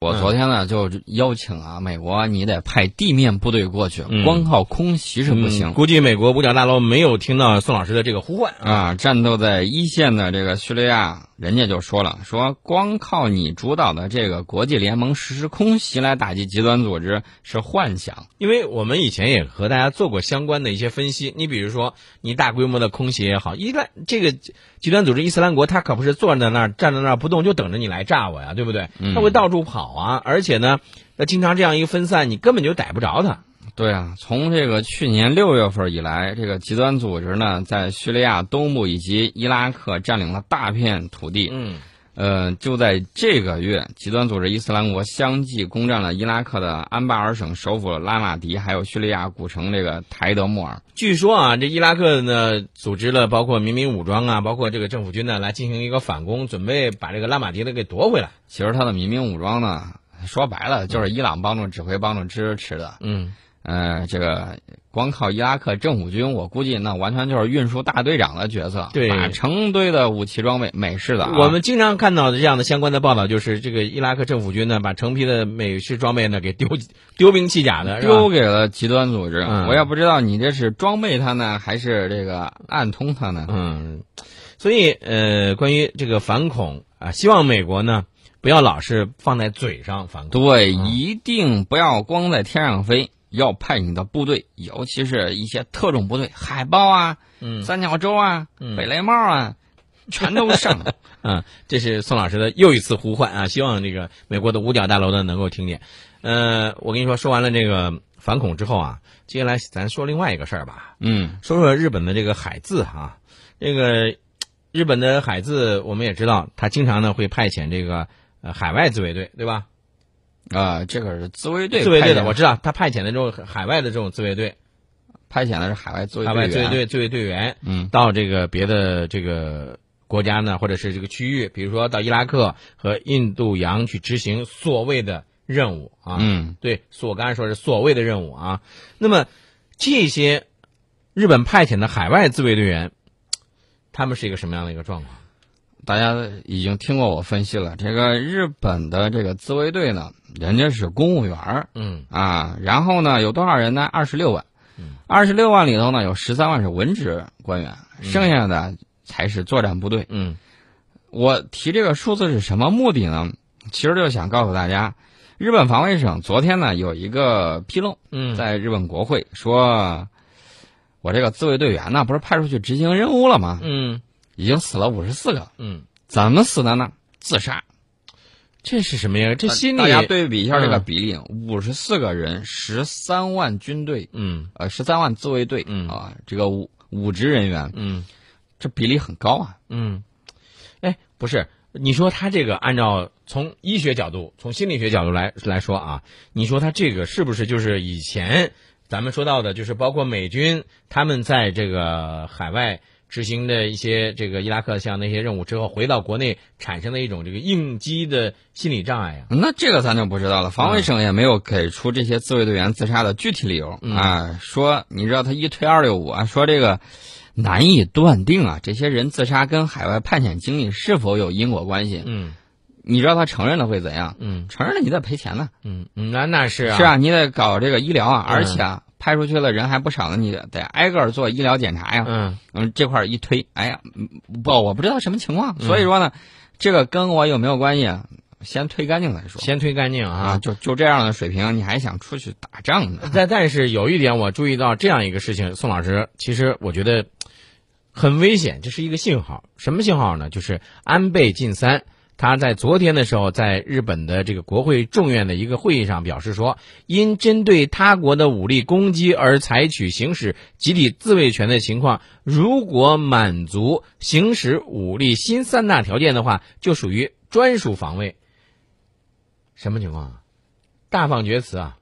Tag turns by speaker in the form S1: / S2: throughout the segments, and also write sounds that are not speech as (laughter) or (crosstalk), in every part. S1: 我
S2: 嗯
S1: 昨天呢就邀请啊，美国你得派地面部队过去，光靠空袭是不行
S2: 嗯估计美国五角大楼没有听到宋老师的这个呼唤啊。
S1: 啊。战斗在一线的这个叙利亚，人家就说了，说光靠你主导的这个国际联盟实施空袭来打击极端组织是幻想。
S2: 因为我们以前也和大家做过相关的一些分析，你比如说，你大规模的空袭也好，伊兰这个极端组织伊斯兰国，它可不是坐在那儿站在那儿不动，就等着你来炸我呀，对不对？
S1: 嗯
S2: 它会到处跑啊，而且呢，那经常这样一个分散，你根本就逮不着它。
S1: 对啊，从这个去年六月份以来，这个极端组织呢在叙利亚东部以及伊拉克占领了大片土地。
S2: 嗯，
S1: 呃，就在这个月，极端组织伊斯兰国相继攻占了伊拉克的安巴尔省首府拉马迪，还有叙利亚古城这个台德穆尔。
S2: 据说啊，这伊拉克呢组织了包括民兵武装啊，包括这个政府军呢来进行一个反攻，准备把这个拉马迪呢给夺回来。
S1: 其实他的民兵武装呢，说白了就是伊朗帮助指挥、帮助支持的。
S2: 嗯，
S1: 呃，这个光靠伊拉克政府军，我估计那完全就是运输大队长的角色，
S2: 对
S1: 把成堆的武器装备美式的、啊，
S2: 我们经常看到的这样的相关的报道，就是这个伊拉克政府军呢，把成批的美式装备呢给丢丢兵弃甲的，是吧
S1: 丢给了极端组织。
S2: 嗯
S1: 我也不知道你这是装备他呢，还是这个暗通他
S2: (laughs)
S1: 呢？
S2: 嗯，所以呃，关于这个反恐啊，希望美国呢不要老是放在嘴上反恐。
S1: 对，
S2: 嗯
S1: 一定不要光在天上飞，要派你的部队，尤其是一些特种部队，海豹啊、
S2: 嗯
S1: 三角洲啊、
S2: 嗯
S1: 北雷帽
S2: (laughs)
S1: 啊，全都上。
S2: 嗯，这是宋老师的又一次呼唤啊，希望这个美国的五角大楼呢能够听见。呃，我跟你说，说完了这个反恐之后啊，接下来咱说另外一个事儿吧。
S1: 嗯，
S2: 说说日本的这个海自哈、这个日本的海自我们也知道，他经常呢会派遣这个呃海外自卫队，对吧？
S1: 啊、这个是自卫队
S2: 自卫队
S1: 派
S2: 的
S1: 遣
S2: 我知道，他派遣的这种海外的这种自卫队，
S1: 派遣的是海外自卫
S2: 海
S1: 队
S2: 外
S1: 员。
S2: 自卫队自卫队员
S1: 嗯，
S2: 到这个别的这个国家呢，或者是这个区域，比如说到伊拉克和印度洋去执行所谓的任务啊。
S1: 嗯，
S2: 对，所我刚才说是所谓的任务啊。那么这些日本派遣的海外自卫队员，他们是一个什么样的一个状况？
S1: 大家已经听过我分析了，这个日本的这个自卫队呢，人家是公务员儿
S2: 嗯
S1: 啊，然后呢，有多少人呢？二十六万，二十六万里头呢，有十三万是文职官员，剩下的才是作战部队。
S2: 嗯
S1: 我提这个数字是什么目的呢？其实就想告诉大家，日本防卫省昨天呢有一个披露，
S2: 嗯
S1: 在日本国会说，我这个自卫队员呢不是派出去执行任务了吗？
S2: 嗯
S1: 已经死了五十四个，
S2: 嗯，
S1: 怎么死的呢？自杀。
S2: 这是什么呀？这心
S1: 呃大
S2: 里
S1: 家对比一下这个
S2: 嗯
S1: 比例，五十四个人，十三万军队，
S2: 嗯
S1: 呃，十三万自卫队，
S2: 嗯
S1: 啊，这个武武职人员，
S2: 嗯
S1: 这比例很高啊。
S2: 嗯，哎，不是，你说他这个按照从医学角度、从心理学角度来来说啊，你说他这个是不是就是以前咱们说到的，就是包括美军他们在这个海外。执行的一些这个伊拉克像那些任务之后，回到国内产生的一种这个应激的心理障碍呀、
S1: 那这个咱就不知道了，防
S2: 嗯
S1: 卫省也没有给出这些自卫队员自杀的具体理由、
S2: 嗯
S1: 啊。说你知道他一推二六五啊，说这个难以断定啊，这些人自杀跟海外派遣经历是否有因果关系？
S2: 嗯
S1: 你知道他承认了会怎样？
S2: 嗯
S1: 承认了你得赔钱呢，
S2: 嗯嗯，那那是啊，嗯
S1: 是啊，你得搞这个医疗啊，而且啊，派出去了人还不少呢，你得挨个儿做医疗检查呀。
S2: 嗯
S1: 嗯，这块儿一推，哎呀，嗯不，我不知道什么情况，所以说
S2: 嗯
S1: 呢，这个跟我有没有关系啊？先推干净再说。
S2: 先推干净
S1: 啊，
S2: 啊。
S1: 就就这样的水平，你还想出去打仗呢？
S2: (laughs) 但但是有一点我注意到这样一个事情，宋老师，其实我觉得很危险，这是一个信号。什么信号呢？就是安倍晋三。他在昨天的时候，在日本的这个国会众院的一个会议上表示说，因针对他国的武力攻击而采取行使集体自卫权的情况，如果满足行使武力新三大条件的话，就属于专属防卫。什么情况啊？大放厥词啊，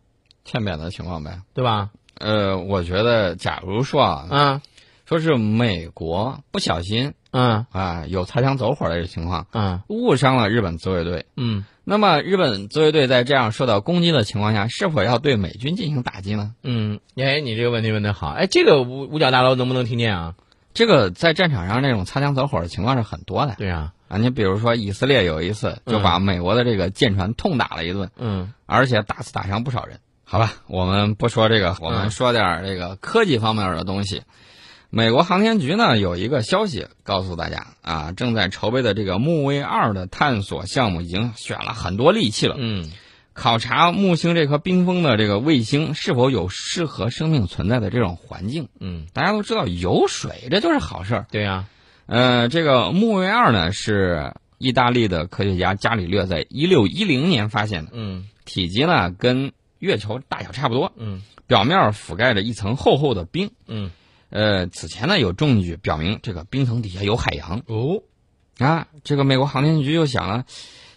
S1: 欠扁的情况呗。
S2: 对吧？
S1: 呃，我觉得，假如说啊，
S2: 啊，
S1: 说是美国不小心
S2: 嗯
S1: 啊有擦枪走火的这情况，
S2: 嗯
S1: 误伤了日本自卫队，
S2: 嗯
S1: 那么日本自卫队在这样受到攻击的情况下，是否要对美军进行打击呢？
S2: 嗯，哎，你这个问题问得好，哎，这个五五角大楼能不能听见啊？
S1: 这个在战场上这种擦枪走火的情况是很多的。
S2: 对啊，
S1: 啊，你比如说以色列有一次就把美国的这个舰船痛打了一顿，
S2: 嗯
S1: 而且打死打伤不少人。好吧，我们不说这个，我们说点儿这个科技方面的东西。美国航天局呢有一个消息告诉大家啊，正在筹备的这个木卫二的探索项目已经选了很多力气了，
S2: 嗯
S1: 考察木星这颗冰封的这个卫星是否有适合生命存在的这种环境。
S2: 嗯，
S1: 大家都知道有水，这就是好事儿。
S2: 对啊呀、
S1: 呃，这个木卫二呢是意大利的科学家伽利略在一六一零年发现的，
S2: 嗯
S1: 体积呢跟月球大小差不多，
S2: 嗯
S1: 表面覆盖着一层厚厚的冰。
S2: 嗯，
S1: 呃，此前呢有证据表明这个冰层底下有海洋
S2: 哦，
S1: 啊。这个美国航天局又想了，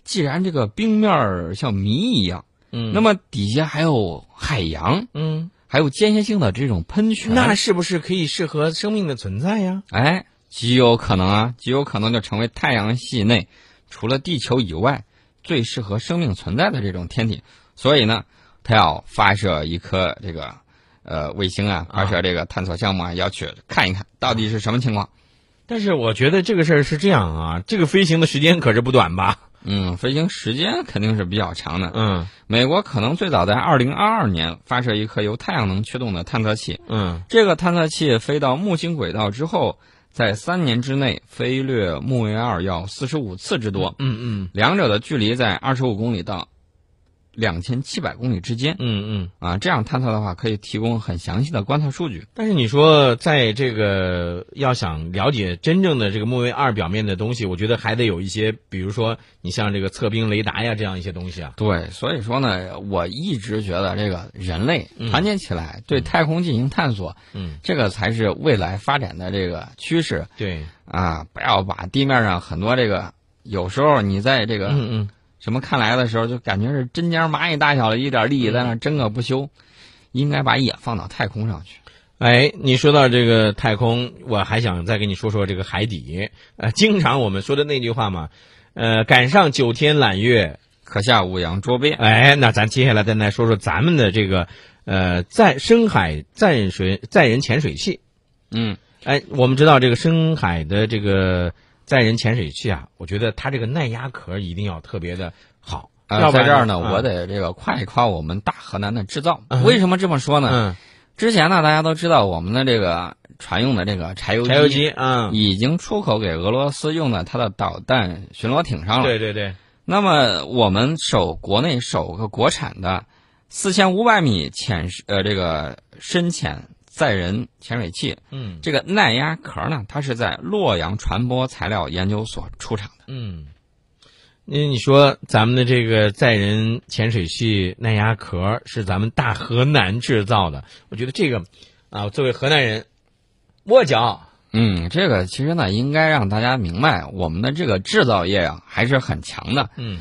S1: 既然这个冰面儿像谜一样，
S2: 嗯
S1: 那么底下还有海洋，
S2: 嗯，
S1: 还有间歇性的这种喷泉，
S2: 那是不是可以适合生命的存在呀？
S1: 哎，极有可能啊，极有可能就成为太阳系内除了地球以外最适合生命存在的这种天体。所以呢，它要发射一颗这个呃卫星啊，发射这个探索项目啊，要去看一看到底是什么情况。
S2: 但是我觉得这个事儿是这样啊，这个飞行的时间可是不短吧？
S1: 嗯，飞行时间肯定是比较长的。
S2: 嗯
S1: 美国可能最早在二零二二年发射一颗由太阳能驱动的探测器，
S2: 嗯
S1: 这个探测器飞到木星轨道之后，在三年之内飞掠木卫二要四十五次之多。
S2: 嗯嗯
S1: 两者的距离在二十五公里到两千七百公里之间
S2: 嗯嗯。
S1: 啊。这样探测的话，可以提供很详细的观测数据。
S2: 但是你说，在这个要想了解真正的这个木卫二表面的东西，我觉得还得有一些，比如说你像这个测冰雷达呀这样一些东西啊。
S1: 对，所以说呢，我一直觉得这个人类团结起来对太空进行探索，
S2: 嗯，
S1: 这个才是未来发展的这个趋势
S2: 对，
S1: 啊！不要把地面上很多这个，有时候你在这个
S2: 嗯
S1: 什么看来的时候，就感觉是针尖蚂蚁大小的一点利益在那儿争个不休，应该把眼放到太空上去。
S2: 哎，你说到这个太空，我还想再跟你说说这个海底。呃，经常我们说的那句话嘛，呃，赶上九天揽月。
S1: 可下五洋捉鳖，
S2: 哎，那咱接下来再来说说咱们的这个，呃，在深海载水载人潜水器。
S1: 嗯。
S2: 哎，我们知道这个深海的这个载人潜水器啊，我觉得它这个耐压壳一定要特别的好，
S1: 啊，
S2: 要不
S1: 在
S2: 然
S1: 这儿呢，
S2: 啊
S1: 我得这个夸一夸我们大河南的制造。为什么这么说呢？
S2: 嗯，
S1: 之前呢，大家都知道我们的这个船用的这个柴油
S2: 柴油机啊，
S1: 已经出口给俄罗斯用在它的导弹巡逻艇上了。
S2: 对对对，
S1: 那么我们首国内首个国产的四千五百米潜呃这个深潜载人潜水器，
S2: 嗯
S1: 这个耐压壳呢，它是在洛阳船舶材料研究所出厂的。
S2: 嗯。那你说咱们的这个载人潜水器耐压壳是咱们大河南制造的，我觉得这个啊，作为河南人，我骄傲。
S1: 嗯，这个其实呢，应该让大家明白，我们的这个制造业啊还是很强的。
S2: 嗯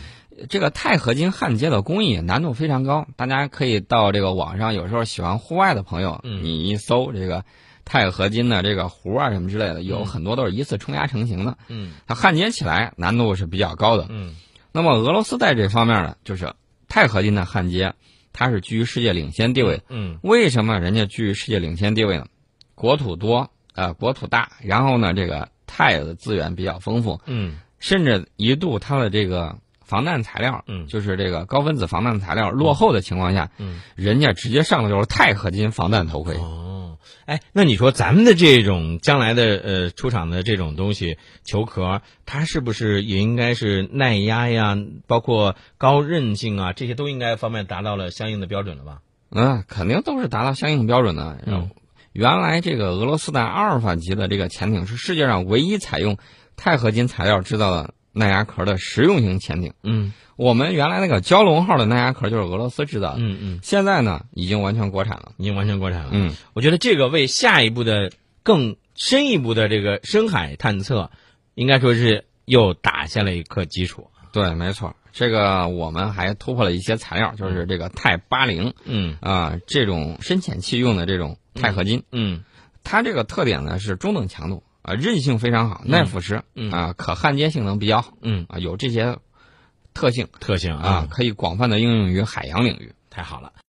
S1: 这个钛合金焊接的工艺难度非常高，大家可以到这个网上，有时候喜欢户外的朋友，
S2: 嗯
S1: 你一搜这个钛合金的这个壶啊什么之类的，有很多都是一次冲压成型的，
S2: 嗯
S1: 它焊接起来难度是比较高的。
S2: 嗯
S1: 那么俄罗斯在这方面呢，就是钛合金的焊接，它是居于世界领先地位的
S2: 嗯
S1: 为什么人家居于世界领先地位呢？国土多，呃，国土大，然后呢，这个钛的资源比较丰富，
S2: 嗯
S1: 甚至一度它的这个防弹材料，
S2: 嗯
S1: 就是这个高分子防弹材料落后的情况下，
S2: 嗯，
S1: 人家直接上的就是钛合金防弹头盔。
S2: 哦，哎，那你说咱们的这种将来的呃出厂的这种东西球壳，它是不是也应该是耐压呀，包括高韧性啊，这些都应该方面达到了相应的标准了吧？
S1: 嗯，肯定都是达到相应标准的。
S2: 嗯
S1: 原来这个俄罗斯的阿尔法级的这个潜艇是世界上唯一采用钛合金材料制造的耐压壳的实用型潜艇。
S2: 嗯
S1: 我们原来那个蛟龙号的耐压壳就是俄罗斯制造的。
S2: 嗯嗯，
S1: 现在呢，已经完全国产了。
S2: 已经完全国产了。
S1: 嗯，
S2: 我觉得这个为下一步的更深一步的这个深海探测，应该说是又打下了一颗基础。
S1: 对，没错。这个我们还突破了一些材料，就是这个钛八零
S2: 嗯
S1: 啊，这种深潜器用的这种钛合金，
S2: 嗯
S1: 它这个特点呢是中等强度啊，韧性非常好，耐腐蚀、
S2: 嗯
S1: 啊，可焊接性能比较好
S2: 嗯，
S1: 啊，有这些特性
S2: 特性啊
S1: 啊，可以广泛的应用于海洋领域。
S2: 太好了。